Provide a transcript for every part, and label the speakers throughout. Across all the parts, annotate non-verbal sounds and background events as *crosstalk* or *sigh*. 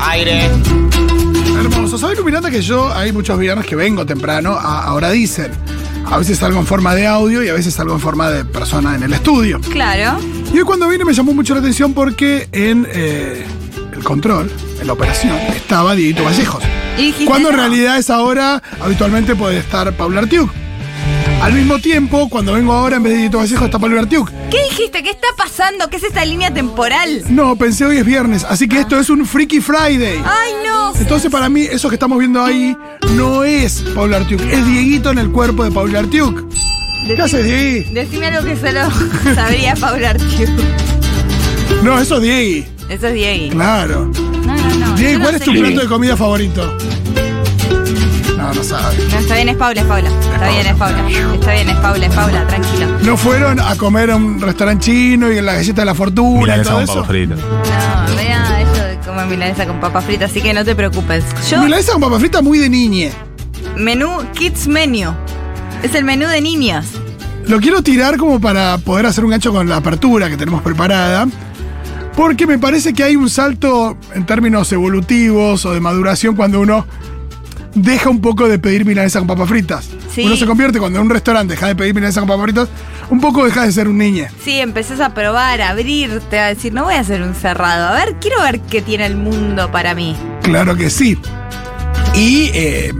Speaker 1: aire.
Speaker 2: Hermoso. ¿Sabes, Miranda, que yo hay muchos viernes que vengo temprano? a- ahora dicen. A veces salgo en forma de audio y a veces salgo en forma de persona en el estudio.
Speaker 3: Claro.
Speaker 2: Y hoy cuando vine me llamó mucho la atención porque en eh, el control, en la operación, estaba Dieguito Vallejos.
Speaker 3: Y dijiste,
Speaker 2: Cuando en
Speaker 3: no.
Speaker 2: realidad es ahora, habitualmente puede estar Paula Artiuk. Al mismo tiempo, cuando vengo ahora, en vez de Dieguito Vallejos, está Paula Artiuk.
Speaker 3: ¿Qué dijiste? ¿Qué está pasando? ¿Qué es esta línea temporal?
Speaker 2: No, pensé hoy es viernes, así que esto es un Freaky Friday.
Speaker 3: ¡Ay, no!
Speaker 2: Entonces, para mí, eso que estamos viendo ahí no es Paula Artiuk, es Dieguito en el cuerpo de Paula Artiuk. ¿Qué haces, Diegui?
Speaker 3: Decime algo que solo *laughs* sabría Paula Archiu.
Speaker 2: No, eso es Diegui,
Speaker 3: Eso es Diego.
Speaker 2: claro.
Speaker 3: No, no, no.
Speaker 2: Diego,
Speaker 3: Yo no
Speaker 2: ¿cuál es
Speaker 3: sé
Speaker 2: tu
Speaker 3: qué-
Speaker 2: plato de comida favorito? No, no sabe.
Speaker 3: No, está bien, es Paula, es Paula. Está bien, es Paula. Está bien, es Paula, es Paula, tranquilo.
Speaker 2: No fueron a comer a un restaurante chino y en la galleta de la fortuna y
Speaker 4: Milanesa
Speaker 2: todo
Speaker 4: con
Speaker 2: eso.
Speaker 4: papas fritas.
Speaker 3: No, vea, eso de comer milanesa con papas fritas, así que no te preocupes. Yo,
Speaker 2: Milanesa con papa frita muy de niñe.
Speaker 3: menú Kids Menu. Es el menú de niños.
Speaker 2: Lo quiero tirar como para poder hacer un gancho con la apertura que tenemos preparada. Porque me parece que hay un salto en términos evolutivos o de maduración cuando uno deja un poco de pedir milanesa con papas fritas.
Speaker 3: Sí.
Speaker 2: Uno se convierte cuando en un restaurante deja de pedir milanesa con papas fritas, un poco deja de ser un niñe.
Speaker 3: Sí, empezás a probar, a abrirte, a decir, no voy a hacer un cerrado. A ver, quiero ver qué tiene el mundo para mí.
Speaker 2: Claro que sí. Y eh,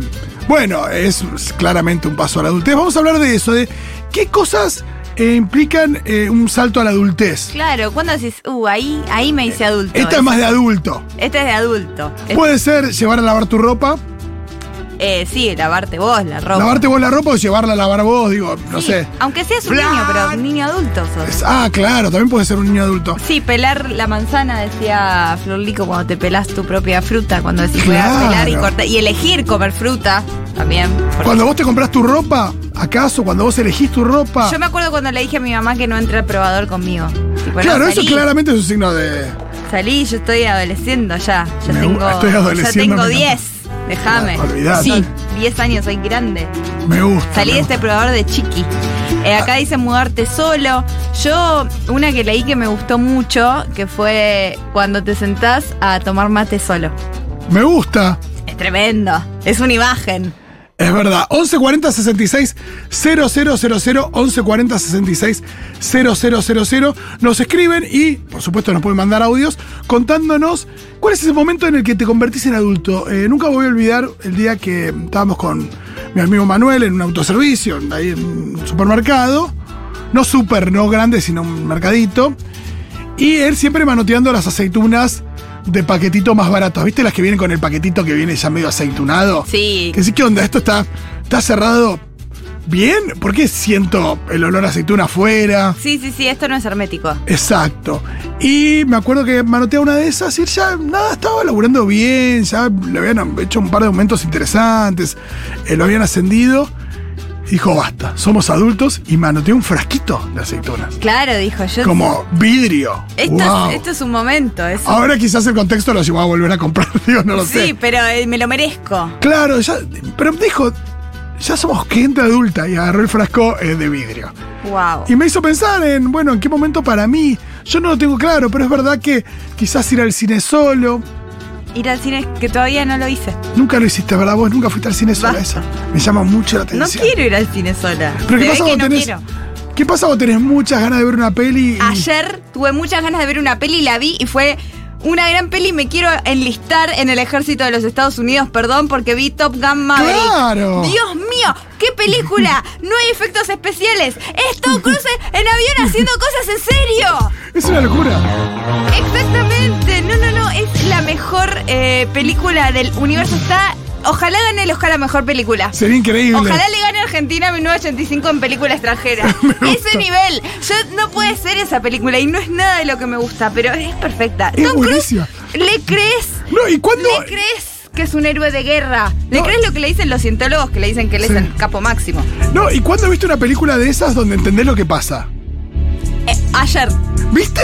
Speaker 2: bueno, es claramente un paso a la adultez. Vamos a hablar de eso, de qué cosas eh, implican eh, un salto a la adultez.
Speaker 3: Claro, cuando decís, uh, ahí, ahí me hice adulto.
Speaker 2: Esta es más de adulto.
Speaker 3: Este es de adulto. Es-
Speaker 2: Puede ser llevar a lavar tu ropa,
Speaker 3: eh, sí, lavarte vos, la ropa.
Speaker 2: lavarte vos la ropa o llevarla a lavar vos, digo, no
Speaker 3: Sí,
Speaker 2: sé.
Speaker 3: Aunque seas un niño, pero un niño adulto sos.
Speaker 2: Es- ah, claro, también puede ser un niño adulto.
Speaker 3: Sí, pelar la manzana, decía Florlico, cuando te pelas tu propia fruta, cuando decís voy a
Speaker 2: Claro.
Speaker 3: pelar y cortar. Y elegir comer fruta también. porque-
Speaker 2: Cuando vos te compras tu ropa, ¿acaso? Cuando vos elegís tu ropa.
Speaker 3: Yo me acuerdo cuando le dije a mi mamá que no entre al probador conmigo. Tipo, no,
Speaker 2: claro, eso
Speaker 3: salí,
Speaker 2: claramente es un signo de.
Speaker 3: Salí, yo estoy adoleciendo ya. Ya
Speaker 2: Me-
Speaker 3: tengo,
Speaker 2: estoy adoleciendo,
Speaker 3: ya tengo
Speaker 2: me encanta.
Speaker 3: 10. Déjame.
Speaker 2: Ah, olvidate.
Speaker 3: Sí, 10 años, soy grande.
Speaker 2: Me gusta.
Speaker 3: Salí
Speaker 2: me
Speaker 3: de
Speaker 2: gusta.
Speaker 3: este probador de chiqui. Eh,
Speaker 2: Ah.
Speaker 3: acá dice mudarte solo. Yo, una que leí que me gustó mucho, que fue cuando te sentás a tomar mate solo.
Speaker 2: Me gusta.
Speaker 3: Es tremendo. Es una imagen.
Speaker 2: Es verdad. 1140 66 0000 1140 66 0000 nos escriben y, por supuesto, nos pueden mandar audios contándonos cuál es ese momento en el que te convertís en adulto. Eh, nunca voy a olvidar el día que estábamos con mi amigo Manuel en un autoservicio, ahí en un supermercado. No super, no grande, sino un mercadito. Y él siempre manoteando las aceitunas de paquetito más baratos. ¿Viste las que vienen con el paquetito que viene ya medio aceitunado?
Speaker 3: Sí.
Speaker 2: Que sí, ¿qué onda? ¿Esto está, está cerrado bien? ¿Por qué siento el olor a aceituna afuera?
Speaker 3: Sí, sí, sí, esto no es hermético.
Speaker 2: Exacto. Y me acuerdo que manoteé una de esas y ya nada, estaba laburando bien, ya le habían hecho un par de aumentos interesantes, eh, lo habían ascendido. Dijo, basta, somos adultos y manoteé un frasquito de aceitunas.
Speaker 3: Claro, dijo yo.
Speaker 2: Como vidrio.
Speaker 3: Esto,
Speaker 2: Wow.
Speaker 3: es, esto es un momento. es un-
Speaker 2: Ahora quizás el contexto lo llevó a volver a comprar, *laughs* digo, no lo sé.
Speaker 3: sí, pero eh, me lo merezco.
Speaker 2: Claro, ya, pero dijo, ya somos gente adulta y agarró el frasco eh, de vidrio.
Speaker 3: Wow.
Speaker 2: Y me hizo pensar en, bueno, en qué momento para mí, yo no lo tengo claro, pero es verdad que quizás ir al cine solo,
Speaker 3: Ir al cine que todavía no lo hice.
Speaker 2: nunca lo hiciste, ¿verdad? Vos nunca fuiste al cine sola,
Speaker 3: Basta.
Speaker 2: esa me llama mucho la
Speaker 3: No
Speaker 2: atención.
Speaker 3: quiero ir al cine sola.
Speaker 2: Pero
Speaker 3: Se
Speaker 2: ¿qué
Speaker 3: ve
Speaker 2: pasa
Speaker 3: que
Speaker 2: vos
Speaker 3: no
Speaker 2: tenés,
Speaker 3: quiero.
Speaker 2: ¿qué pasa vos tenés muchas ganas de ver una peli? y-
Speaker 3: Ayer tuve muchas ganas de ver una peli y la vi y fue una gran peli. Me quiero enlistar en el ejército de los Estados Unidos, perdón, porque vi Top Gun Maverick.
Speaker 2: ¡Claro!
Speaker 3: ¡Dios mío! ¡Qué película! No hay efectos especiales. Es Tom Cruise en avión haciendo cosas en serio.
Speaker 2: Es una locura.
Speaker 3: Exactamente. No, no, no. Es la mejor eh, película del universo. Está. Ojalá gane el Oscar a mejor película.
Speaker 2: Sería increíble.
Speaker 3: Ojalá le gane a Argentina 1985 en
Speaker 2: *laughs*
Speaker 3: película extranjera. Ese nivel. Yo no puede ser esa película y no es nada de lo que me gusta, pero es perfecta.
Speaker 2: Es
Speaker 3: Tom Cruise,
Speaker 2: buenísima.
Speaker 3: ¿le crees?
Speaker 2: No, ¿y cuándo?
Speaker 3: ¿Le crees que es un héroe de guerra? ¿Le
Speaker 2: No.
Speaker 3: crees lo que le dicen los cientólogos que le dicen que él
Speaker 2: Sí.
Speaker 3: es el capo máximo?
Speaker 2: No, ¿y cuándo viste una película de esas donde entendés lo que pasa?
Speaker 3: Eh, ayer. *laughs*
Speaker 2: ¿Viste?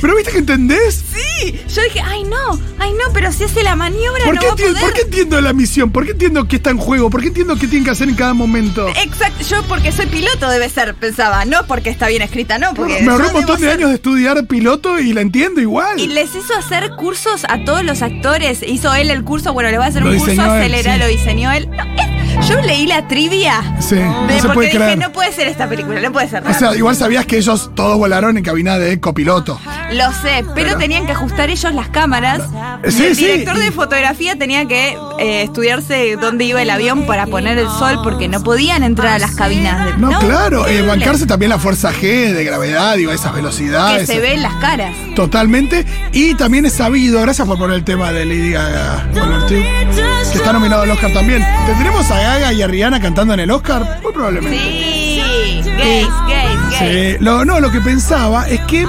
Speaker 2: ¿Pero viste que entendés?
Speaker 3: sí. Yo dije, ay no, ay no, pero si hace la maniobra
Speaker 2: ¿Por
Speaker 3: no
Speaker 2: qué,
Speaker 3: va a
Speaker 2: enti-
Speaker 3: poder.
Speaker 2: por qué entiendo la misión? ¿Por qué entiendo qué está en juego? ¿Por qué entiendo qué tienen que hacer en cada momento?
Speaker 3: Exacto, yo porque soy piloto debe ser, pensaba, no porque está bien escrita, no, porque.
Speaker 2: Me ahorré
Speaker 3: yo
Speaker 2: un montón
Speaker 3: debo
Speaker 2: de
Speaker 3: ser-
Speaker 2: años de estudiar piloto y la entiendo igual.
Speaker 3: Y les hizo hacer cursos a todos los actores. Hizo él el curso, bueno, le va a hacer
Speaker 2: Lo
Speaker 3: un curso,
Speaker 2: diseñó él,
Speaker 3: acelera,
Speaker 2: sí.
Speaker 3: lo diseñó él. No, eh, yo leí la trivia.
Speaker 2: Sí, no
Speaker 3: de-
Speaker 2: se
Speaker 3: porque
Speaker 2: puede
Speaker 3: dije,
Speaker 2: creer.
Speaker 3: no puede ser esta película, no puede ser.
Speaker 2: O sea, igual sabías que ellos todos volaron en cabina de copiloto.
Speaker 3: Lo sé, pero, tenían que ajustar ellos las cámaras.
Speaker 2: Sí,
Speaker 3: el
Speaker 2: sí.
Speaker 3: director de fotografía tenía que eh, estudiarse dónde iba el avión para poner el sol porque no podían entrar a las cabinas. de-
Speaker 2: No, claro, eh,
Speaker 3: increíble.
Speaker 2: bancarse también la fuerza G de gravedad, digo, esas velocidades.
Speaker 3: Que se ven las caras.
Speaker 2: Totalmente. Y también es sabido, gracias por poner el tema de Lady Gaga, Walter Tew, que está nominado al Oscar también. ¿Tendremos a Gaga y a Rihanna cantando en el Oscar? Muy probablemente.
Speaker 3: Sí, gays, gays, gays.
Speaker 2: Sí. Lo- no, lo que pensaba es que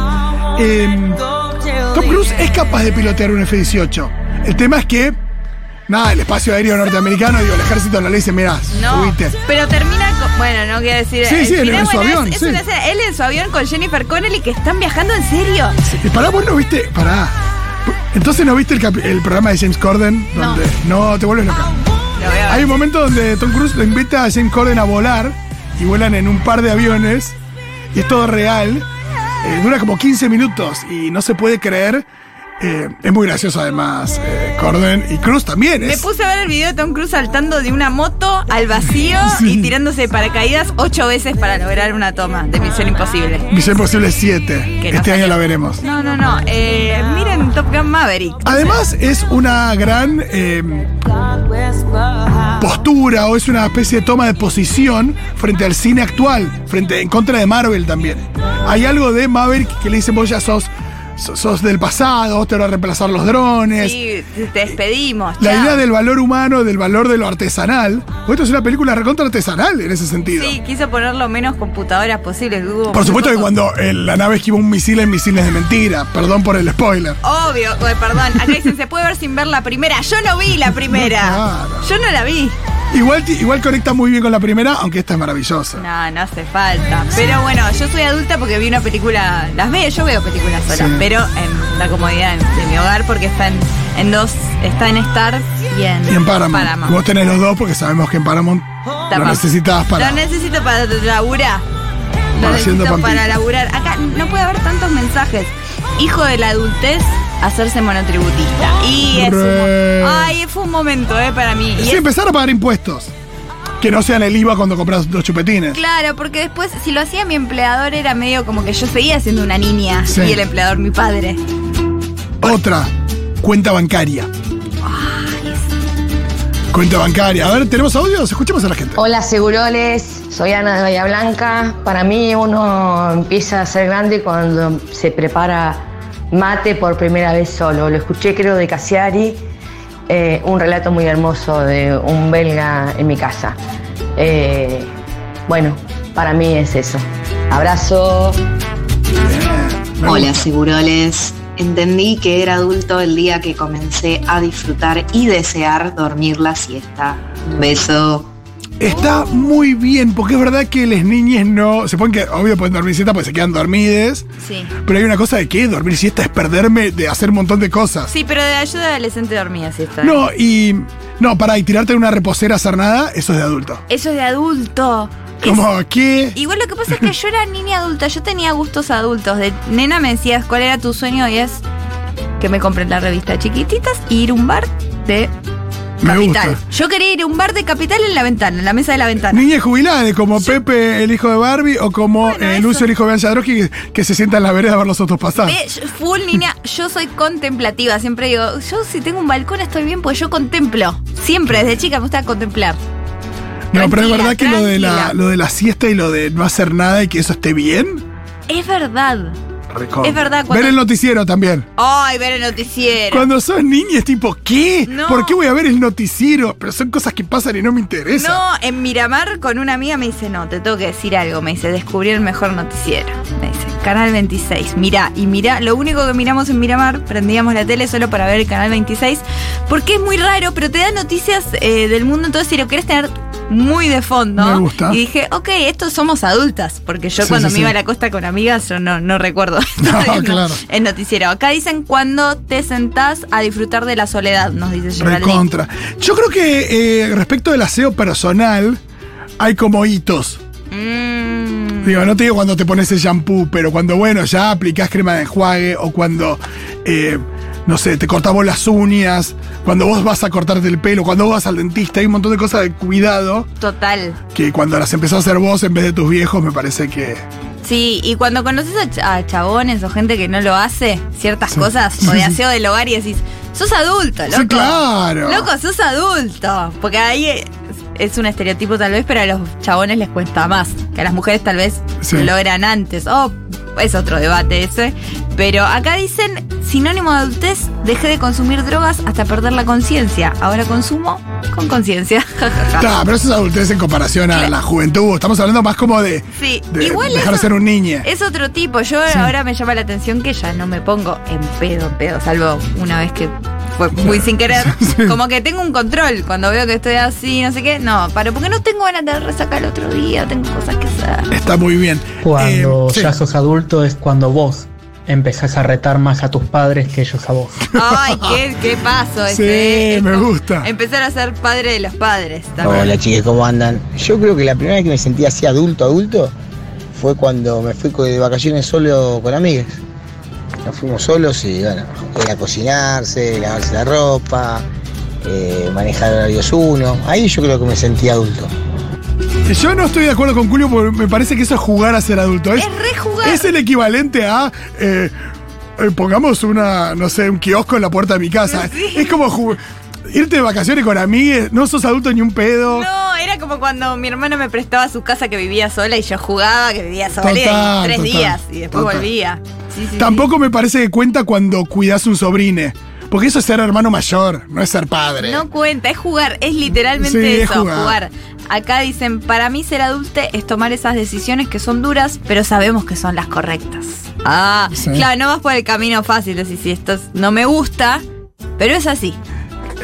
Speaker 2: eh, Tom Cruise es capaz de pilotear un F-18. El tema es que, nada, el espacio aéreo norteamericano, digo, el ejército no le dice, mirá,
Speaker 3: No,
Speaker 2: subite.
Speaker 3: pero termina con. Bueno, no quiero decir.
Speaker 2: Sí,
Speaker 3: el
Speaker 2: sí, él
Speaker 3: final,
Speaker 2: en su
Speaker 3: bueno, es-
Speaker 2: avión,
Speaker 3: es
Speaker 2: sí.
Speaker 3: una escena, él en su avión con Jennifer Connelly que están viajando en serio.
Speaker 2: Y pará, vos no viste. Pará. Entonces no viste el, capi- el programa de James Corden, donde no, te vuelves loca.
Speaker 3: Lo veo.
Speaker 2: Hay un momento donde Tom Cruise lo invita a James Corden a volar y vuelan en un par de aviones y es todo real. Eh, dura como 15 minutos y no se puede creer. Eh, es muy gracioso además, eh, Corden y Cruz también.
Speaker 3: Me
Speaker 2: Es,
Speaker 3: puse a ver el video de Tom Cruise saltando de una moto al vacío
Speaker 2: Sí.
Speaker 3: y tirándose de paracaídas ocho veces para lograr una toma de Misión Imposible.
Speaker 2: Misión Imposible 7.
Speaker 3: Que no
Speaker 2: este año
Speaker 3: salió.
Speaker 2: la veremos.
Speaker 3: No, no, no. eh, miren Top Gun Maverick.
Speaker 2: Además es una gran eh, postura o es una especie de toma de posición frente al cine actual, frente en contra de Marvel también. Hay algo de Maverick que le dicen vos ya sos, sos, sos del pasado, vos te van a reemplazar los drones.
Speaker 3: Sí, te despedimos.
Speaker 2: La
Speaker 3: chao.
Speaker 2: idea del valor humano, del valor de lo artesanal. Porque Esto es una película recontra artesanal en ese sentido.
Speaker 3: Sí, quiso poner lo menos computadoras posible. que hubo
Speaker 2: Por supuesto que
Speaker 3: mucho-
Speaker 2: cuando eh, la nave esquiva un misil, el misil es de mentira. Perdón por el spoiler.
Speaker 3: Obvio, Oye, perdón. Acá dicen, se puede ver sin ver la primera. Yo no vi la primera.
Speaker 2: No, claro.
Speaker 3: Yo no la vi.
Speaker 2: Igual, igual conecta muy bien con la primera, aunque esta es maravillosa.
Speaker 3: No, no hace falta. Pero bueno, yo soy adulta porque vi una película. Las veo, yo veo películas solas,
Speaker 2: Sí.
Speaker 3: pero en la comodidad de, de mi hogar porque está en, en dos. Está en Star y en,
Speaker 2: Y en Paramount. Vos tenés los dos porque sabemos que en Paramount lo
Speaker 3: También.
Speaker 2: necesitabas para.
Speaker 3: Lo necesito para laburar. Lo
Speaker 2: Para haciendo
Speaker 3: necesito para
Speaker 2: pampita.
Speaker 3: laburar. Acá no puede haber tantos mensajes. Hijo de la adultez, hacerse monotributista. Y es un,
Speaker 2: Re.
Speaker 3: mo- Ay, fue un momento, eh, para mí. Y
Speaker 2: Sí,
Speaker 3: es-
Speaker 2: empezar a pagar impuestos. Que no sean el IVA cuando compras dos chupetines.
Speaker 3: Claro, porque después, si lo hacía mi empleador, era medio como que yo seguía siendo una niña
Speaker 2: Sí.
Speaker 3: y el empleador mi padre.
Speaker 2: Otra, cuenta bancaria. Cuenta bancaria. A ver, ¿tenemos audios? Escuchemos a la gente.
Speaker 1: Hola Seguroles, soy Ana de Bahía Blanca. Para mí uno empieza a ser grande cuando se prepara mate por primera vez solo. Lo escuché creo de Cassiari, eh, un relato muy hermoso de un belga en mi casa. Eh, bueno, para mí es eso. Abrazo.
Speaker 2: Me
Speaker 4: Hola,
Speaker 2: gusta.
Speaker 4: seguroles. Entendí que era adulto el día que comencé a disfrutar y desear dormir la siesta. Un beso.
Speaker 2: Está muy bien, porque es verdad que las niñas no. Se ponen que, obvio, pueden dormir siesta porque se quedan dormides.
Speaker 3: Sí.
Speaker 2: Pero hay una cosa de que dormir siesta es perderme de hacer un montón de cosas.
Speaker 3: Sí, pero de ayuda adolescente dormía, sí está.
Speaker 2: No, y. No, pará, y tirarte en una reposera a hacer nada, eso es de adulto.
Speaker 3: Eso es de adulto. Es-
Speaker 2: Como, ¿qué?
Speaker 3: Igual lo que pasa es que yo era niña adulta, yo tenía gustos adultos. De nena me decías cuál era tu sueño y es que me compren la revista chiquititas y ir a un bar de
Speaker 2: Me
Speaker 3: capital.
Speaker 2: gusta.
Speaker 3: Yo quería ir a un bar de capital en la ventana, en la mesa de la ventana.
Speaker 2: Niñas jubiladas, como Pepe, el hijo de Barbie, o como eh, Lucio, el hijo de Bianca Droski, que, que se sienta en la vereda a ver los otros pasar.
Speaker 3: Ve, yo- Full niña, yo soy contemplativa, siempre digo, yo si tengo un balcón estoy bien porque yo contemplo. Siempre, desde chica me gusta contemplar.
Speaker 2: No, pero es
Speaker 3: tranquila,
Speaker 2: verdad que lo de, la,
Speaker 3: tranquila.
Speaker 2: lo de la siesta y lo de no hacer nada y que eso esté bien.
Speaker 3: Es verdad.
Speaker 2: recontra.
Speaker 3: Es verdad, cuando-
Speaker 2: Ver el noticiero también.
Speaker 3: Ay, ver el noticiero.
Speaker 2: Cuando sos niña es tipo, ¿qué?
Speaker 3: No.
Speaker 2: ¿Por qué voy a ver el noticiero? Pero son cosas que pasan y no me interesan.
Speaker 3: No, en Miramar con una amiga me dice, no, te tengo que decir algo. Me dice, descubrí el mejor noticiero. Me dice, Canal 26, mirá, y mirá, lo único que miramos en Miramar, prendíamos la tele solo para ver el Canal 26, porque es muy raro, pero te da noticias eh, del mundo, entonces si lo querés tener muy de fondo.
Speaker 2: Me gusta.
Speaker 3: Y dije, ok, estos somos adultas, porque yo
Speaker 2: Sí,
Speaker 3: cuando
Speaker 2: sí,
Speaker 3: me iba
Speaker 2: sí.
Speaker 3: a la costa con amigas, yo no, *laughs* no recuerdo
Speaker 2: *laughs* No, claro.
Speaker 3: el noticiero. Acá dicen cuando te sentás a disfrutar de la soledad, nos dice Geraldine.
Speaker 2: Recontra. Yo creo que eh, respecto del aseo personal, hay como hitos.
Speaker 3: Mm,
Speaker 2: Digo, no te digo cuando te pones el shampoo, pero cuando, bueno, ya aplicás crema de enjuague o cuando, eh, no sé, te cortás vos las uñas, cuando vos vas a cortarte el pelo, cuando vos vas al dentista, hay un montón de cosas de cuidado
Speaker 3: total.
Speaker 2: que cuando las empezás a hacer vos en vez de tus viejos, me parece que...
Speaker 3: Sí, y cuando conoces a, ch- a chabones o gente que no lo hace, ciertas
Speaker 2: Sí.
Speaker 3: cosas,
Speaker 2: Sí,
Speaker 3: o de
Speaker 2: sí.
Speaker 3: aseo del hogar y decís, sos adulto, loco.
Speaker 2: Sí, claro.
Speaker 3: Loco, sos adulto. Porque ahí es, es un estereotipo tal vez, pero a los chabones les cuesta más. Que a las mujeres tal vez
Speaker 2: Sí.
Speaker 3: lo logran antes. O es otro debate ese. Pero acá dicen, sinónimo de adultez, dejé de consumir drogas hasta perder la conciencia. Ahora consumo
Speaker 2: *laughs*
Speaker 3: con conciencia. Ja, ja, ja.
Speaker 2: Ta, pero eso es adultez en comparación a la juventud. Estamos hablando más como de,
Speaker 3: Sí,
Speaker 2: de
Speaker 3: igual
Speaker 2: dejar de
Speaker 3: eso-
Speaker 2: ser un niño.
Speaker 3: Es otro tipo. Yo ahora me llama la atención que ya no me pongo en pedo, en pedo, salvo una vez que fue muy sin querer.
Speaker 2: *laughs* Sí.
Speaker 3: Como que tengo un control cuando veo que estoy así, no sé qué. No, paro, porque no tengo ganas de resacar el otro día, tengo cosas que
Speaker 2: *laughs*
Speaker 3: hacer.
Speaker 2: Está muy bien.
Speaker 5: Cuando
Speaker 2: Eh, sí.
Speaker 5: ya sos adulto es cuando vos empezás a retar más a tus padres que ellos a vos.
Speaker 3: Ay, qué, qué paso ese.
Speaker 2: Sí,
Speaker 3: ¿eh? Es
Speaker 2: me
Speaker 3: como
Speaker 2: gusta.
Speaker 3: Empezar a ser padre de los padres también.
Speaker 6: Hola chicos, ¿cómo andan? Yo creo que la primera vez que me sentí así adulto, adulto, fue cuando me fui co- de vacaciones solo con amigas. Nos fuimos solos y bueno, era cocinarse, lavarse la ropa, eh, manejar horarios uno. Ahí yo creo que me sentí adulto.
Speaker 2: Yo no estoy de acuerdo con Julio porque me parece que eso es jugar a ser adulto. Es,
Speaker 3: Es rejugar.
Speaker 2: es el equivalente a. eh, eh, pongamos una, no sé, un kiosco en la puerta de mi casa. Es como ju- irte de vacaciones con amigues, no sos adulto ni un pedo.
Speaker 3: No, era como cuando mi hermana me prestaba su casa que vivía sola y yo jugaba que vivía sola y
Speaker 2: Total,
Speaker 3: tres
Speaker 2: total,
Speaker 3: días y después
Speaker 2: total.
Speaker 3: volvía. Sí, sí, sí.
Speaker 2: Tampoco me parece que cuenta cuando cuidas un sobrine. Porque eso es ser hermano mayor, no es ser padre.
Speaker 3: No cuenta, es jugar, es literalmente
Speaker 2: Sí, es
Speaker 3: eso,
Speaker 2: jugar.
Speaker 3: jugar. Acá dicen, para mí ser adulte es tomar esas decisiones que son duras, pero sabemos que son las correctas. Ah,
Speaker 2: Sí.
Speaker 3: claro, no vas por el camino fácil, decís, si esto es- no me gusta, pero es así.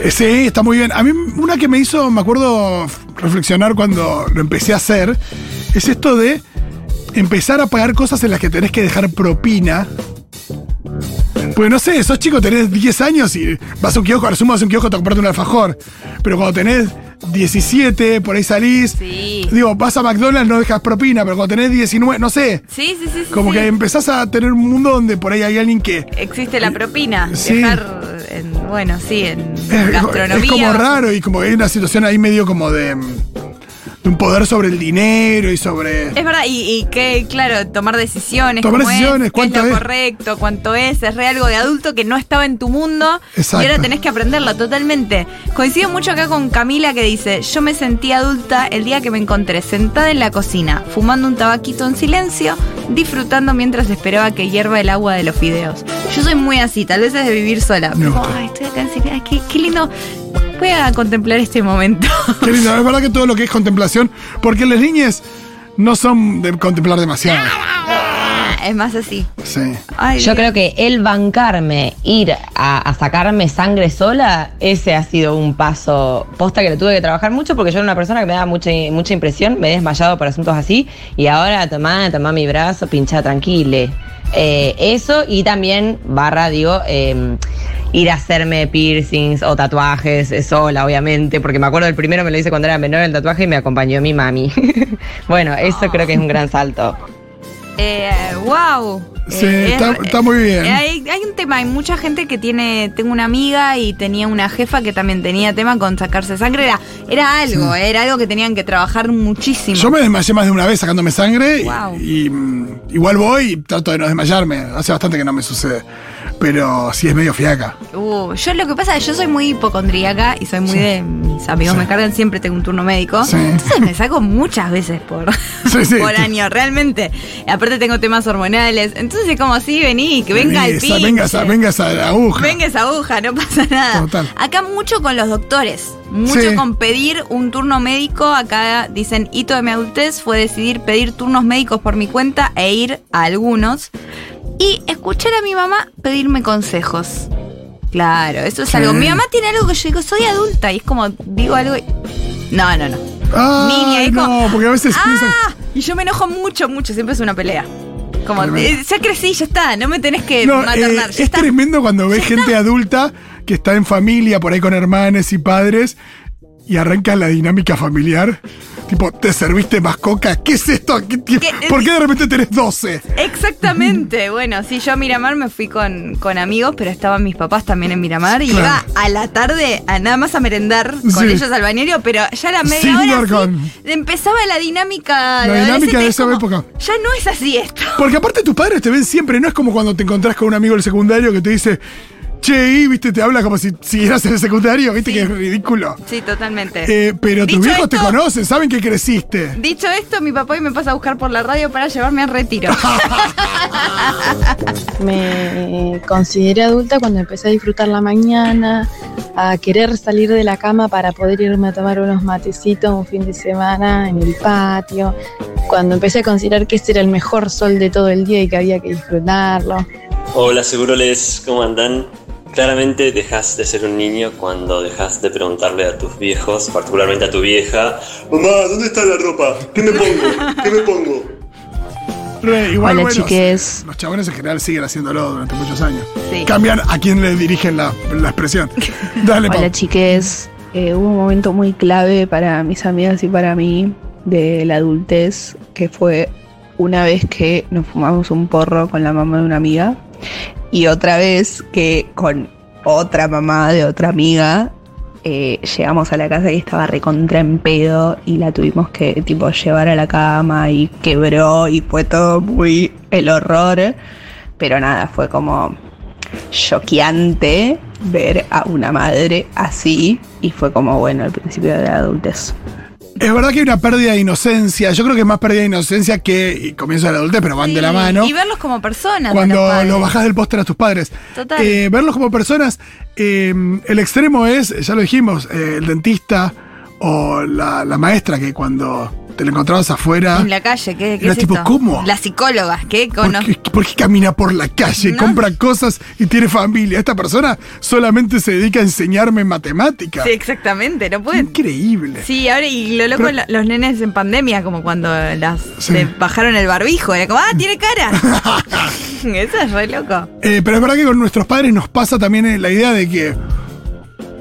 Speaker 2: Eh, Sí, está muy bien. A mí una que me hizo, me acuerdo f- reflexionar cuando lo empecé a hacer, es esto de empezar a pagar cosas en las que tenés que dejar propina. Pues no sé, sos chico, tenés 10 años y vas a un kiosco, ahora sumo vas a un kiosco, te compraste un alfajor. Pero cuando tenés 17, por ahí salís.
Speaker 3: Sí.
Speaker 2: Digo, vas a McDonald's, no dejas propina, pero cuando tenés 19, no sé.
Speaker 3: Sí, sí, sí. sí,
Speaker 2: Como
Speaker 3: sí.
Speaker 2: que empezás a tener un mundo donde por ahí hay alguien que...
Speaker 3: Existe la propina,
Speaker 2: Sí.
Speaker 3: dejar, en, bueno, sí, en
Speaker 2: *laughs* Es,
Speaker 3: gastronomía.
Speaker 2: es como raro y como hay una situación ahí medio como de, mm, de un poder sobre el dinero y sobre...
Speaker 3: Es verdad, y, y que, claro, tomar decisiones.
Speaker 2: Tomar
Speaker 3: cómo es,
Speaker 2: decisiones,
Speaker 3: qué es,
Speaker 2: cuánto
Speaker 3: lo
Speaker 2: es.
Speaker 3: correcto, cuánto es, es re algo de adulto que no estaba en tu mundo.
Speaker 2: Exacto.
Speaker 3: Y ahora tenés que aprenderlo totalmente. Coincido mucho acá con Camila que dice, yo me sentí adulta el día que me encontré sentada en la cocina, fumando un tabaquito en silencio, disfrutando mientras esperaba que hierva el agua de los fideos. Yo soy muy así, tal vez es de vivir sola.
Speaker 2: Me
Speaker 3: Pero,
Speaker 2: gusta.
Speaker 3: Ay, estoy acá en silencio, ay, qué, qué lindo. Voy a contemplar este momento.
Speaker 2: Qué lindo, es verdad que todo lo que es contemplación, porque las niñas no son de contemplar demasiado.
Speaker 3: *laughs* es más así.
Speaker 2: Sí.
Speaker 3: Ay,
Speaker 1: Yo
Speaker 3: Dios.
Speaker 1: creo que el bancarme, ir a, a sacarme sangre sola, ese ha sido un paso posta que lo tuve que trabajar mucho porque yo era una persona que me daba mucha, mucha impresión, me he desmayado por asuntos así y ahora tomá, tomá mi brazo, pincha tranquile. Eh, eso y también, barra, digo, eh, ir a hacerme piercings o tatuajes eh, sola, obviamente, porque me acuerdo el primero me lo hice cuando era menor el tatuaje y me acompañó mi mami. *laughs* bueno, eso creo que es un gran salto.
Speaker 3: Eh, wow. Eh,
Speaker 2: Sí, está- está muy bien.
Speaker 3: hay, hay un tema, hay mucha gente que tiene, tengo una amiga y tenía una jefa que también tenía tema con sacarse sangre. Era, era algo, era algo que tenían que trabajar muchísimo.
Speaker 2: Yo me desmayé más de una vez sacándome sangre y-
Speaker 3: Wow.
Speaker 2: y, mm, igual voy y trato de no desmayarme. Hace bastante que no me sucede. Pero sí es medio fiaca. *laughs*
Speaker 3: Uh, yo lo que pasa es que yo soy muy hipocondríaca y soy muy de mis amigos
Speaker 2: Sí.
Speaker 3: me cargan siempre tengo un turno médico.
Speaker 2: Sí.
Speaker 3: Entonces me saco muchas veces por,
Speaker 2: *laughs* Sí, sí.
Speaker 3: por año, realmente. Aparte tengo temas hormonales. Entonces es como así, vení, que venga el
Speaker 2: Venís,
Speaker 3: pinche.
Speaker 2: venga, esa- venga esa
Speaker 3: *laughs*
Speaker 2: aguja.
Speaker 3: Venga esa aguja, no pasa nada.
Speaker 2: Total.
Speaker 3: Acá mucho con los doctores, mucho
Speaker 2: Sí.
Speaker 3: con pedir un turno médico. Acá dicen, hito de mi adultez fue decidir pedir turnos médicos por mi cuenta e ir a algunos. Y escuchar a mi mamá pedirme consejos. Claro, eso es
Speaker 2: Sí.
Speaker 3: algo. Mi mamá tiene algo que yo digo, soy adulta, y es como, digo algo y... No, no, no.
Speaker 2: Ay,
Speaker 3: Mini, ahí como-
Speaker 2: no, porque a veces piensan.
Speaker 3: ¡Ah! Y yo me enojo mucho, mucho. Siempre es una pelea. Como,
Speaker 2: Tremendo.
Speaker 3: eh, ya crecí, ya está. No me tenés que
Speaker 2: No, eh,
Speaker 3: maternar. ya
Speaker 2: es
Speaker 3: está.
Speaker 2: tremendo cuando ves gente adulta que está en familia, por ahí con hermanos y padres, y arranca la dinámica familiar. Tipo, ¿te serviste más coca? ¿Qué es esto? ¿Qué ti-
Speaker 3: ¿Qué?
Speaker 2: ¿Por qué de repente tenés 12?
Speaker 3: Exactamente. Bueno, sí, yo a Miramar me fui con, con amigos, pero estaban mis papás también en Miramar. Y
Speaker 2: Claro.
Speaker 3: iba a la tarde a nada más a merendar con
Speaker 2: Sí.
Speaker 3: ellos al bañero, pero ya a la media
Speaker 2: Sin
Speaker 3: hora sí,
Speaker 2: dorgón.
Speaker 3: empezaba la dinámica.
Speaker 2: La
Speaker 3: de
Speaker 2: dinámica de
Speaker 3: adolescente, es
Speaker 2: esa
Speaker 3: como,
Speaker 2: época.
Speaker 3: Ya no es así esto.
Speaker 2: Porque aparte tus padres te ven siempre, no es como cuando te encontrás con un amigo del secundario que te dice, che, y", viste, te habla como si siguieras en el secundario, viste que es ridículo.
Speaker 3: Sí, totalmente.
Speaker 2: Eh, pero tus
Speaker 3: Dicho
Speaker 2: viejos te
Speaker 3: esto-
Speaker 2: conocen, saben que creciste.
Speaker 3: Dicho esto, mi papá hoy me pasa a buscar por la radio para llevarme al retiro.
Speaker 7: Me consideré adulta cuando empecé a disfrutar la mañana, a querer salir de la cama para poder irme a tomar unos matecitos un fin de semana en el patio, cuando empecé a considerar que este era el mejor sol de todo el día y que había que disfrutarlo.
Speaker 8: Hola, seguroles, ¿cómo andan? Claramente dejas de ser un niño cuando dejas de preguntarle a tus viejos, particularmente a tu vieja, mamá, ¿dónde está la ropa? ¿Qué me pongo? ¿Qué me pongo?
Speaker 2: Re, igual,
Speaker 9: Hola,
Speaker 2: bueno,
Speaker 9: chiques.
Speaker 2: Los chabones en general siguen haciéndolo durante muchos años.
Speaker 3: Sí.
Speaker 2: Cambian a quién le dirigen la, la expresión. Dale,
Speaker 3: *laughs*
Speaker 2: Pau.
Speaker 9: Hola chiques, Eh, hubo un momento muy clave para mis amigas y para mí de la adultez, que fue una vez que nos fumamos un porro con la mamá de una amiga y otra vez que con otra mamá de otra amiga eh, llegamos a la casa y estaba recontra en pedo y la tuvimos que tipo llevar a la cama y quebró y fue todo muy el horror, pero nada, fue como choqueante ver a una madre así y fue como bueno al principio de la adultez.
Speaker 2: Es verdad que hay una pérdida de inocencia. Yo creo que es más pérdida de inocencia que comienzo de la adultez, pero *laughs* van de la
Speaker 3: Sí,
Speaker 2: mano.
Speaker 3: Y verlos como personas. a los
Speaker 2: Cuando
Speaker 3: padres.
Speaker 2: lo bajás del póster a tus padres.
Speaker 3: Total.
Speaker 2: Eh, verlos como personas, eh, el extremo es, ya lo dijimos, eh, el dentista o la, la maestra que cuando te la encontrabas afuera.
Speaker 3: En la calle, ¿qué, qué
Speaker 2: Era
Speaker 3: es
Speaker 2: tipo,
Speaker 3: esto?
Speaker 2: ¿cómo?
Speaker 3: Las psicólogas, ¿qué?
Speaker 2: ¿Por,
Speaker 3: Cono-
Speaker 2: qué, por qué camina por la calle,
Speaker 3: No.
Speaker 2: compra cosas y tiene familia? Esta persona solamente se dedica a enseñarme matemática.
Speaker 3: Sí, exactamente, no pueden.
Speaker 2: Increíble.
Speaker 3: Sí, ahora y lo loco,
Speaker 2: Pero-
Speaker 3: lo- los nenes en pandemia, como cuando las
Speaker 2: Sí.
Speaker 3: le bajaron el barbijo, era como, ¡ah,
Speaker 2: *laughs*
Speaker 3: tiene cara! *laughs* Eso es re loco.
Speaker 2: Eh, pero es verdad que con nuestros padres nos pasa también eh, la idea de que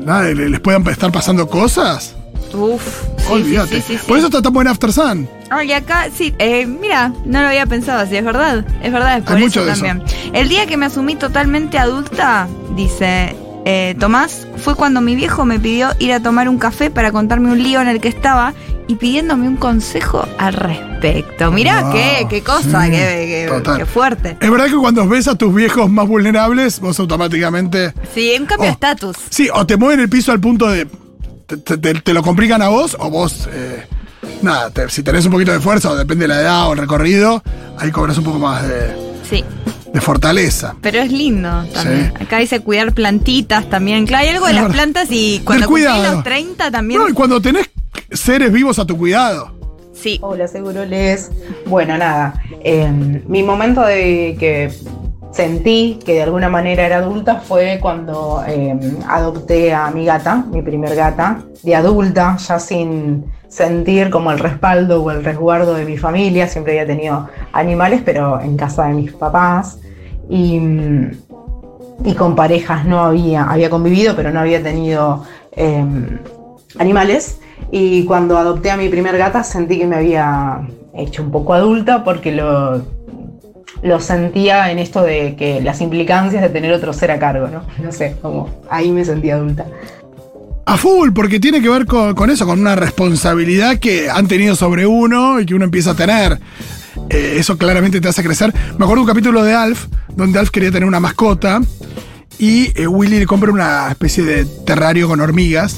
Speaker 2: nada, le- les puedan estar pasando cosas.
Speaker 3: Uf, sí, sí,
Speaker 2: Olvídate.
Speaker 3: sí, sí, sí.
Speaker 2: Por eso está tan buen After Sun.
Speaker 3: Ay, acá, sí, eh, mira, no lo había pensado así, es verdad, es verdad, es por
Speaker 2: Hay
Speaker 3: eso
Speaker 2: mucho de eso.
Speaker 3: también. El día que me asumí totalmente adulta, dice eh, Tomás, fue cuando mi viejo me pidió ir a tomar un café para contarme un lío en el que estaba y pidiéndome un consejo al respecto. Mirá,
Speaker 2: Wow,
Speaker 3: qué, qué cosa,
Speaker 2: Ah, sí,
Speaker 3: qué, qué-
Speaker 2: total.
Speaker 3: qué fuerte.
Speaker 2: Es verdad que cuando ves a tus viejos más vulnerables, vos automáticamente.
Speaker 3: Sí, un cambio de
Speaker 2: Oh.
Speaker 3: estatus.
Speaker 2: Sí, o te mueven el piso al punto de. Te, te- te- te lo complican a vos, o vos. eh, nada, te- si tenés un poquito de fuerza, o depende de la edad o el recorrido, ahí cobras un poco más de,
Speaker 3: Sí,
Speaker 2: de fortaleza.
Speaker 3: pero es lindo también. Acá dice cuidar plantitas también. Claro, hay algo de
Speaker 2: Es
Speaker 3: las
Speaker 2: verdad.
Speaker 3: plantas y
Speaker 2: Del
Speaker 3: cuando cumplís
Speaker 2: cuidado.
Speaker 3: los 30 también.
Speaker 2: No, y cuando tenés seres vivos a tu cuidado.
Speaker 3: Sí,
Speaker 10: Hola, seguro les. Bueno, nada. em, mi momento de que sentí que de alguna manera era adulta fue cuando em, adopté a mi gata, mi primer gata, de adulta, ya sin sentir como el respaldo o el resguardo de mi familia. Siempre había tenido animales, pero en casa de mis papás. Y. mm, y con parejas no había, había convivido, pero no había tenido eh, animales. Y cuando adopté a mi primer gata sentí que me había hecho un poco adulta porque lo, lo sentía en esto de que las implicancias de tener otro ser a cargo, ¿no? No sé, como ahí me sentí adulta.
Speaker 2: A full, porque tiene que ver con, con eso, con una responsabilidad que han tenido sobre uno y que uno empieza a tener. Eh, eso claramente te hace crecer. Me acuerdo un capítulo de Alf, donde Alf quería tener una mascota y eh, Willy le compra una especie de terrario con hormigas.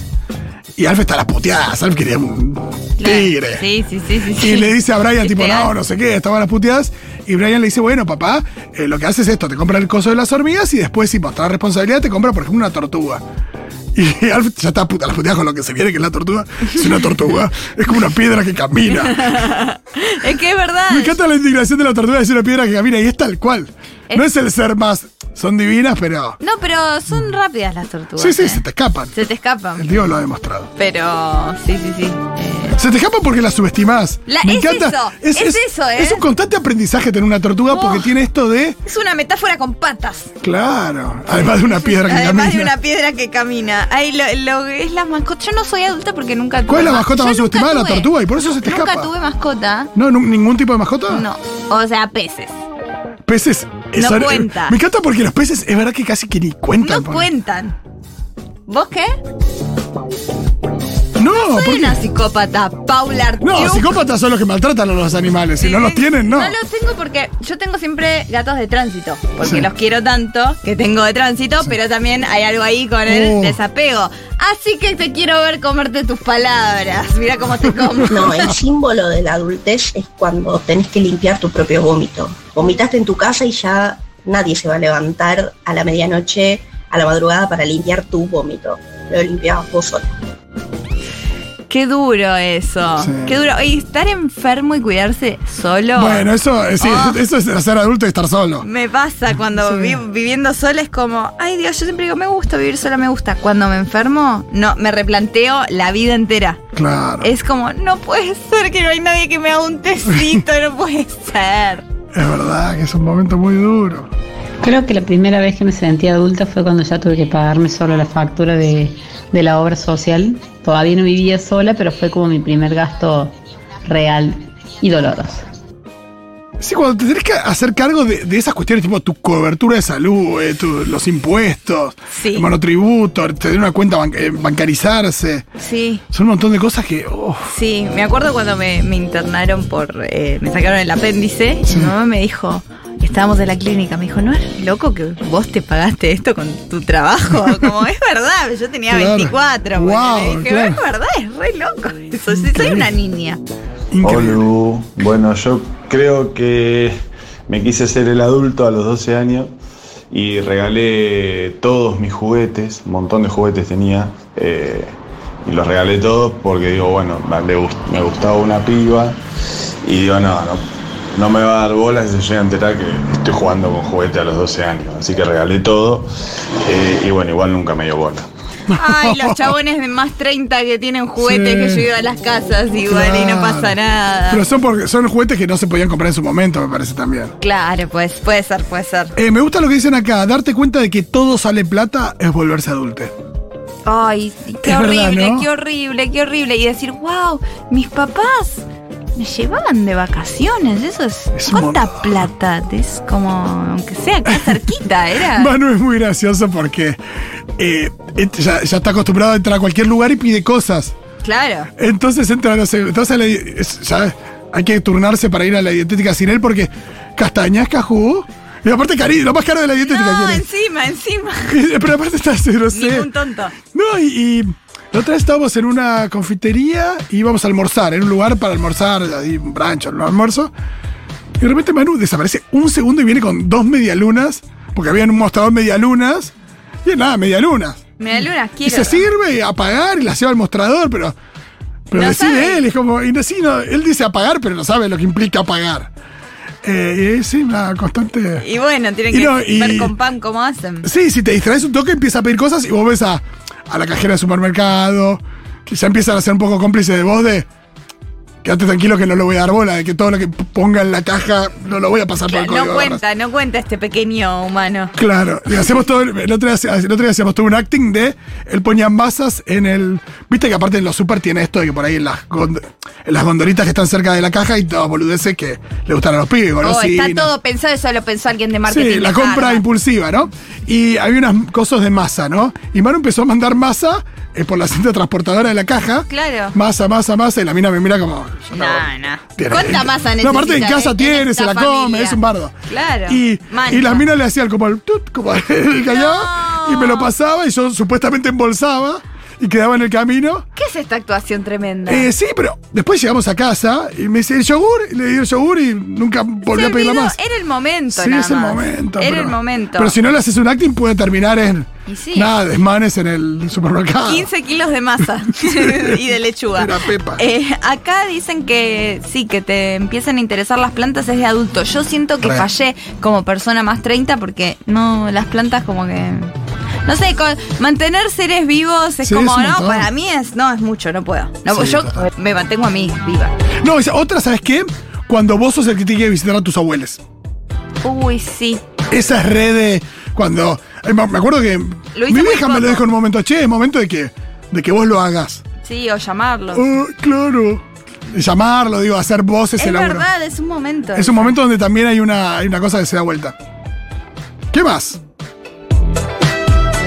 Speaker 2: Y Alf está a las puteadas, Alf quería un
Speaker 3: claro.
Speaker 2: tigre.
Speaker 3: Sí, sí, sí, sí.
Speaker 2: Y
Speaker 3: sí.
Speaker 2: le dice a Brian, tipo,
Speaker 3: Este,
Speaker 2: no, no sé qué, estaban las puteadas. Y Brian le dice, bueno, papá, eh, lo que hace es esto, te compra el coso de las hormigas y después, si mostrar responsabilidad, te compra, por ejemplo, una tortuga. *laughs* Y Alf ya está puta, las puteadas con lo que se viene, que es la tortuga. Es una tortuga, es como una piedra que
Speaker 3: *laughs*
Speaker 2: camina.
Speaker 3: *laughs* Es que es verdad.
Speaker 2: Me encanta la indignación de la tortuga, es una piedra que camina y es tal cual. No es el ser más, son divinas, pero...
Speaker 3: No, pero son rápidas las tortugas.
Speaker 2: Sí, sí,
Speaker 3: ¿eh?
Speaker 2: se te escapan.
Speaker 3: Se te escapan.
Speaker 2: El Dios lo ha demostrado.
Speaker 3: Pero sí, sí, sí. Eh,
Speaker 2: Se te escapa porque la subestimás.
Speaker 3: La-
Speaker 2: Me
Speaker 3: es
Speaker 2: encanta.
Speaker 3: eso, es eso, ¿eh?
Speaker 2: Es un constante aprendizaje tener una tortuga porque
Speaker 3: Oh.
Speaker 2: tiene esto de.
Speaker 3: Es una metáfora con patas.
Speaker 2: Claro. Además de una piedra que
Speaker 3: Además de
Speaker 2: camina.
Speaker 3: una piedra que camina. Ay, lo, lo- es la mascota. Yo no soy adulta porque nunca tuve.
Speaker 2: ¿Cuál es la
Speaker 3: ma-
Speaker 2: mascota
Speaker 3: yo
Speaker 2: más
Speaker 3: nunca
Speaker 2: subestimada? La
Speaker 3: tuve.
Speaker 2: tortuga, y por eso se te
Speaker 3: nunca
Speaker 2: escapa.
Speaker 3: tuve mascota.
Speaker 2: No, nu- ningún tipo de mascota.
Speaker 3: No. O sea, peces.
Speaker 2: Peces. eso- eh,
Speaker 3: cuenta.
Speaker 2: Me encanta porque los peces es verdad que casi que ni cuentan.
Speaker 3: No
Speaker 2: por-
Speaker 3: cuentan. ¿Vos qué?
Speaker 2: No,
Speaker 3: Soy
Speaker 2: porque-
Speaker 3: una psicópata, Paula Artiuk.
Speaker 2: no, psicópatas son los que maltratan a los animales. Si no los tienen, no.
Speaker 3: No los tengo porque yo tengo siempre gatos de tránsito, porque
Speaker 2: Sí.
Speaker 3: los quiero tanto que tengo de tránsito, pero también hay algo ahí con el
Speaker 2: Oh.
Speaker 3: desapego. Así que te quiero ver comerte tus palabras. Mira cómo te
Speaker 2: *laughs*
Speaker 3: como.
Speaker 11: No, el símbolo de la adultez es cuando tenés que limpiar tu propio vómito. Vomitaste en tu casa y ya nadie se va a levantar a la medianoche, a la madrugada para limpiar tu vómito. Lo limpiabas vos solo.
Speaker 3: Qué duro eso.
Speaker 2: Sí.
Speaker 3: Qué duro. Y estar enfermo y cuidarse solo.
Speaker 2: Bueno, eso, eh, sí,
Speaker 3: Ah.
Speaker 2: eso es ser adulto y estar solo.
Speaker 3: Me pasa cuando vi- viviendo sola es como, ay Dios, yo siempre digo, me gusta vivir sola, me gusta. Cuando me enfermo, no, me replanteo la vida entera.
Speaker 2: Claro.
Speaker 3: Es como, no puede ser que no hay nadie que me haga un tecito, no puede ser.
Speaker 2: Es verdad que es un momento muy duro.
Speaker 12: Creo que la primera vez que me sentí adulta fue cuando ya tuve que pagarme solo la factura de, de la obra social. Todavía no vivía sola, pero fue como mi primer gasto real y doloroso.
Speaker 2: Sí, cuando te tenés que hacer cargo de, de esas cuestiones, tipo tu cobertura de salud, eh, tu- los impuestos,
Speaker 3: Sí.
Speaker 2: el monotributo, tener una cuenta ban- eh, bancarizarse.
Speaker 3: Sí,
Speaker 2: Son un montón de cosas que. oh, uf,
Speaker 3: sí. Me acuerdo cuando me, me internaron por, eh, me sacaron el apéndice, y mi mamá me dijo, estábamos en la clínica, me dijo, ¿no es loco que vos te pagaste esto con
Speaker 2: *laughs*
Speaker 3: tu trabajo? Como es verdad, yo tenía
Speaker 2: Claro.
Speaker 3: 24.
Speaker 2: Guau,
Speaker 3: ponele. dije,
Speaker 2: claro.
Speaker 3: es verdad, es re loco eso, sí, soy una niña.
Speaker 2: increíble.
Speaker 13: Hola, bueno, yo creo que me quise ser el adulto a los 12 años y regalé todos mis juguetes, un montón de juguetes tenía, eh, y los regalé todos porque digo, bueno, le gust- me gustaba una piba y digo, no, no, no me va a dar bola si se llega a enterar que estoy jugando con juguete a los 12 años, así que regalé todo eh, y bueno, igual nunca me dio bola.
Speaker 3: Ay,
Speaker 2: *laughs*
Speaker 3: los chabones de más 30 que tienen juguetes
Speaker 2: Sí.
Speaker 3: que yo iba a las casas igual y no
Speaker 2: Claro.
Speaker 3: pasa nada.
Speaker 2: Pero son, porque, son juguetes que no se podían comprar en su momento, me parece también.
Speaker 3: Claro, pues puede ser, puede ser.
Speaker 2: Eh, me gusta lo que dicen acá, darte cuenta de que todo sale plata es volverse adulto.
Speaker 3: Ay, sí, qué
Speaker 2: Es
Speaker 3: horrible,
Speaker 2: verdad, ¿no?
Speaker 3: qué horrible, qué horrible. Y decir, wow, mis papás me llevaban de vacaciones. Eso es.
Speaker 2: Es un
Speaker 3: ¿Cuánta plata? Es como, aunque
Speaker 2: *laughs*
Speaker 3: sea acá cerquita, era.
Speaker 2: Manu es muy gracioso porque eh, este ya, ya está acostumbrado a entrar a cualquier lugar y pide cosas.
Speaker 3: Claro.
Speaker 2: Entonces entra, no sé, entonces la- es- ya hay que turnarse para ir a la dietética sin él porque castañas, cajú. Y aparte cari, lo más caro de la dietética
Speaker 3: No,
Speaker 2: quiere.
Speaker 3: encima, encima.
Speaker 2: *laughs* Pero aparte está, no sé.
Speaker 3: Ningún tonto.
Speaker 2: No, y, y la otra vez estábamos en una confitería y íbamos a almorzar, en un lugar para almorzar, ahí un rancho, un almuerzo. Y de repente Manu desaparece un segundo y viene con dos medialunas, porque había en un mostrador medialunas, y nada, medialunas.
Speaker 3: Me da luna,
Speaker 2: Y
Speaker 3: quiero.
Speaker 2: se sirve y apagar y las lleva al mostrador, pero. Pero
Speaker 3: No
Speaker 2: decide
Speaker 3: sabe.
Speaker 2: él, es como. Y no- sí, no, él dice apagar, pero no sabe lo que implica apagar. Eh, y es sí, una constante.
Speaker 3: Y bueno, tienen
Speaker 2: Y
Speaker 3: que
Speaker 2: no,
Speaker 3: ver
Speaker 2: y-
Speaker 3: con pan cómo hacen.
Speaker 2: Sí, si te distraes un toque, empieza a pedir cosas y vos ves a, a la cajera del supermercado, que ya empiezan a ser un poco cómplices de vos de. Quédate tranquilo que no le voy a dar bola, de que todo lo que p- ponga en la caja no lo voy a pasar por el código.
Speaker 3: No
Speaker 2: de barras.
Speaker 3: cuenta, no cuenta este pequeño humano.
Speaker 2: Claro, y hacemos todo. El el otro, día, hace- el otro día hacíamos todo un acting de. Él ponía masas en el. Viste que aparte en los super tiene esto de que por ahí en las, gond- en las gondolitas que están cerca de la caja y todas boludeces que le gustan a los pibes,
Speaker 3: Oh, está
Speaker 2: golosinas.
Speaker 3: todo pensado, eso lo pensó alguien de marketing.
Speaker 2: Sí, la
Speaker 3: de
Speaker 2: compra
Speaker 3: Harvard.
Speaker 2: impulsiva, ¿no? Y había unas cosas de masa, ¿no? Y Manu empezó a mandar masa eh, por la cinta transportadora de la caja.
Speaker 3: Claro.
Speaker 2: Masa, masa, masa. Y la mina me mira como.
Speaker 3: No, no.
Speaker 2: Tiene-
Speaker 3: ¿Cuánta masa necesita?
Speaker 2: No, aparte en casa
Speaker 3: eh?
Speaker 2: tiene, se la
Speaker 3: esta
Speaker 2: come,
Speaker 3: familia.
Speaker 2: es un bardo.
Speaker 3: Claro.
Speaker 2: Y,
Speaker 3: Mancha.
Speaker 2: y las minas le hacían como el tut, como *laughs* el callado, y me lo pasaba y yo supuestamente embolsaba y quedaba en el camino.
Speaker 3: ¿Qué es esta actuación tremenda?
Speaker 2: Eh, sí, pero después llegamos a casa y me dice el yogur, y le di el yogur y nunca volví
Speaker 3: Se
Speaker 2: a pedirla
Speaker 3: olvidó,
Speaker 2: más.
Speaker 3: Era el momento,
Speaker 2: Sí,
Speaker 3: nada
Speaker 2: es el
Speaker 3: más.
Speaker 2: momento.
Speaker 3: Era
Speaker 2: pero-
Speaker 3: el momento.
Speaker 2: Pero si no le haces un acting, puede terminar en
Speaker 3: Y sí.
Speaker 2: nada, desmanes en el supermercado.
Speaker 3: 15 kilos
Speaker 2: *laughs*
Speaker 3: de masa *laughs* y de lechuga.
Speaker 2: Ah. Era Pepa.
Speaker 3: Eh, acá dicen que sí, que te empiezan a interesar las plantas es de adulto. Yo siento que
Speaker 2: Re.
Speaker 3: fallé como persona más 30 porque no, las plantas como que No sé, con- mantener seres vivos es
Speaker 2: Sí,
Speaker 3: como,
Speaker 2: es un
Speaker 3: no,
Speaker 2: montón.
Speaker 3: para mí es, no, es mucho, no puedo. No,
Speaker 2: Sí,
Speaker 3: yo
Speaker 2: total.
Speaker 3: me mantengo a mí viva.
Speaker 2: No, esa- otra, ¿sabes qué? Cuando vos sos el que tiene que visitar a tus abuelos.
Speaker 3: Uy, sí.
Speaker 2: Esas redes, cuando. eh, Me acuerdo que.
Speaker 3: hice
Speaker 2: Mi
Speaker 3: muy
Speaker 2: vieja me
Speaker 3: poco.
Speaker 2: lo dijo en un momento, che, es momento de que, de que vos lo hagas.
Speaker 3: Sí, o llamarlo.
Speaker 2: Ah, claro. Llamarlo, digo, hacer voces,
Speaker 3: es
Speaker 2: el laburo.
Speaker 3: verdad, es un momento.
Speaker 2: Es un momento donde también hay una, hay una cosa que se da vuelta. ¿Qué más?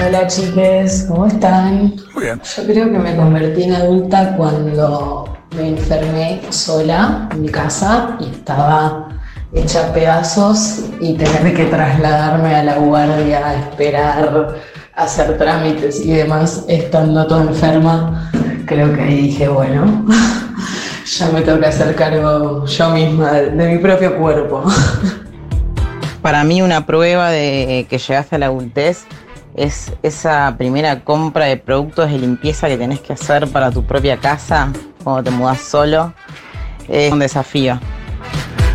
Speaker 14: Hola chiques, ¿cómo están?
Speaker 2: Muy bien.
Speaker 14: Yo creo que me convertí en adulta cuando me enfermé sola en mi casa y estaba hecha pedazos y tener que trasladarme a la guardia a esperar, hacer trámites y demás, estando toda enferma. Creo que ahí dije, bueno, *laughs* ya me tengo que hacer cargo yo misma de- de mi propio cuerpo.
Speaker 15: Para mí una prueba de que llegaste a la adultez es esa primera compra de productos de limpieza que tenés que hacer para tu propia casa cuando te mudas solo. Es un desafío.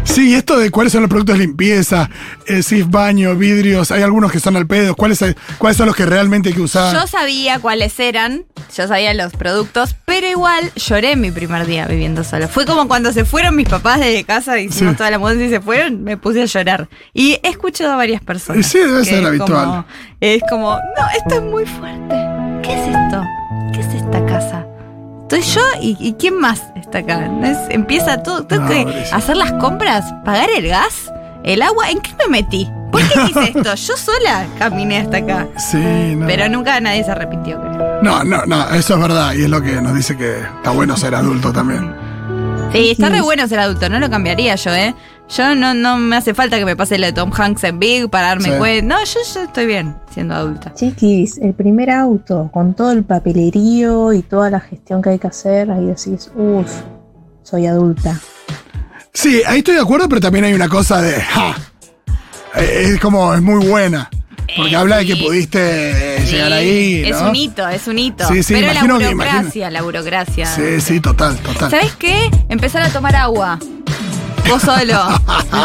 Speaker 2: Sí, esto de cuáles son los productos de limpieza, eh, SIF, baño, vidrios, hay algunos que son al pedo, ¿cuáles, hay- cuáles son los que realmente hay que usar?
Speaker 3: Yo sabía cuáles eran, yo sabía los productos, pero igual lloré mi primer día viviendo sola. Fue como cuando se fueron mis papás de casa, hicimos
Speaker 2: Sí.
Speaker 3: toda la mudanza y se fueron, me puse a llorar. Y he escuchado a varias personas.
Speaker 2: Sí, debe
Speaker 3: que
Speaker 2: ser
Speaker 3: es
Speaker 2: habitual.
Speaker 3: como- es como, no, esto es muy fuerte. ¿Qué es esto? ¿Qué es esta casa? Estoy yo y, y ¿quién más está acá? ¿No es- empieza todo, tengo
Speaker 2: No,
Speaker 3: que
Speaker 2: pobrecito.
Speaker 3: hacer las compras, pagar el gas, el agua, ¿en qué me metí? ¿Por qué
Speaker 2: *laughs*
Speaker 3: hice esto? Yo sola caminé hasta acá.
Speaker 2: Sí, no.
Speaker 3: Pero nunca nadie se arrepintió, creo.
Speaker 2: No, no, no, eso es verdad y es lo que nos dice que está bueno ser adulto también.
Speaker 3: Sí, está re bueno ser adulto, no lo cambiaría yo, ¿eh? Yo no, no me hace falta que me pase lo de Tom Hanks en Big para darme
Speaker 16: Sí.
Speaker 3: cuenta. No, yo, yo estoy bien siendo adulta.
Speaker 16: Chiquis, el primer auto, con todo el papelerío y toda la gestión que hay que hacer, ahí decís, uff, soy adulta.
Speaker 2: Sí, ahí estoy de acuerdo, pero también hay una cosa de, ja, Eh, es como, es muy buena, porque habla de que pudiste eh, llegar
Speaker 3: Eh, Sí,
Speaker 2: ahí,
Speaker 3: Es
Speaker 2: ¿no?
Speaker 3: un hito, es un hito.
Speaker 2: Sí, sí,
Speaker 3: Pero la
Speaker 2: imagino que-
Speaker 3: burocracia, la burocracia.
Speaker 2: Sí, sí, total, total.
Speaker 3: ¿Sabes qué? Empezar a tomar agua.
Speaker 2: *laughs*
Speaker 3: Vos solo.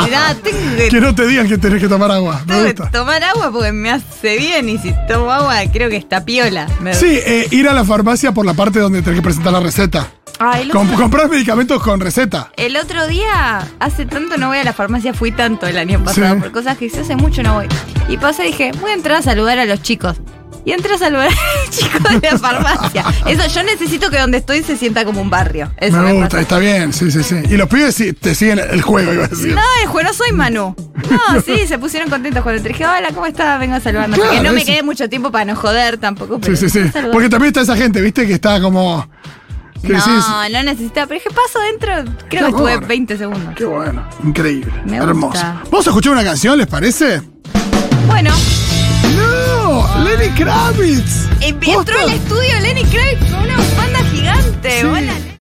Speaker 3: Mirá, tengo que
Speaker 2: Que no te digan que tenés que tomar agua. me
Speaker 3: Tengo que
Speaker 2: gusta.
Speaker 3: tomar agua porque me hace bien y si tomo agua creo que está piola. Me-
Speaker 2: Sí, eh, ir a la farmacia por la parte donde tenés que presentar la receta.
Speaker 3: Ah, el,
Speaker 2: Com-
Speaker 3: otro,
Speaker 2: comprar medicamentos con receta.
Speaker 3: el otro día, hace tanto no voy a la farmacia, fui tanto el año pasado
Speaker 2: Sí.
Speaker 3: por cosas que hice hace mucho no voy. Y pasé y dije, voy a entrar a saludar a los chicos. Y entré a saludar a los *laughs* chicos de la farmacia. Eso, yo necesito que donde estoy se sienta como un barrio. Eso
Speaker 2: me
Speaker 3: me
Speaker 2: gusta,
Speaker 3: pasa.
Speaker 2: está bien, sí, sí, sí. Y los pibes sí, te siguen el juego, iba a decir.
Speaker 3: No, el juego, no soy Manu.
Speaker 2: *laughs*
Speaker 3: No, sí, se pusieron contentos cuando entré. Dije, hola, ¿cómo estás? Vengo a saludar. No sé
Speaker 2: Claro,
Speaker 3: qué. no me
Speaker 2: eso.
Speaker 3: quedé mucho tiempo para no joder tampoco.
Speaker 2: sí,
Speaker 3: pero
Speaker 2: sí, sí.
Speaker 3: entré a saludar.
Speaker 2: Porque también está esa gente, viste, que está como. que
Speaker 3: No,
Speaker 2: decís,
Speaker 3: no necesitaba. Pero dije, paso dentro, creo que
Speaker 2: horror.
Speaker 3: estuve 20 segundos. Qué
Speaker 2: bueno. increíble,
Speaker 3: Me
Speaker 2: hermoso.
Speaker 3: gusta.
Speaker 2: Vamos a escuchar una canción, ¿les parece?
Speaker 3: Bueno.
Speaker 2: ¡No! ¡Lenny Kravitz!
Speaker 3: Entró al estudio Lenny Kravitz con una bufanda gigante.
Speaker 2: Sí.
Speaker 3: Hola,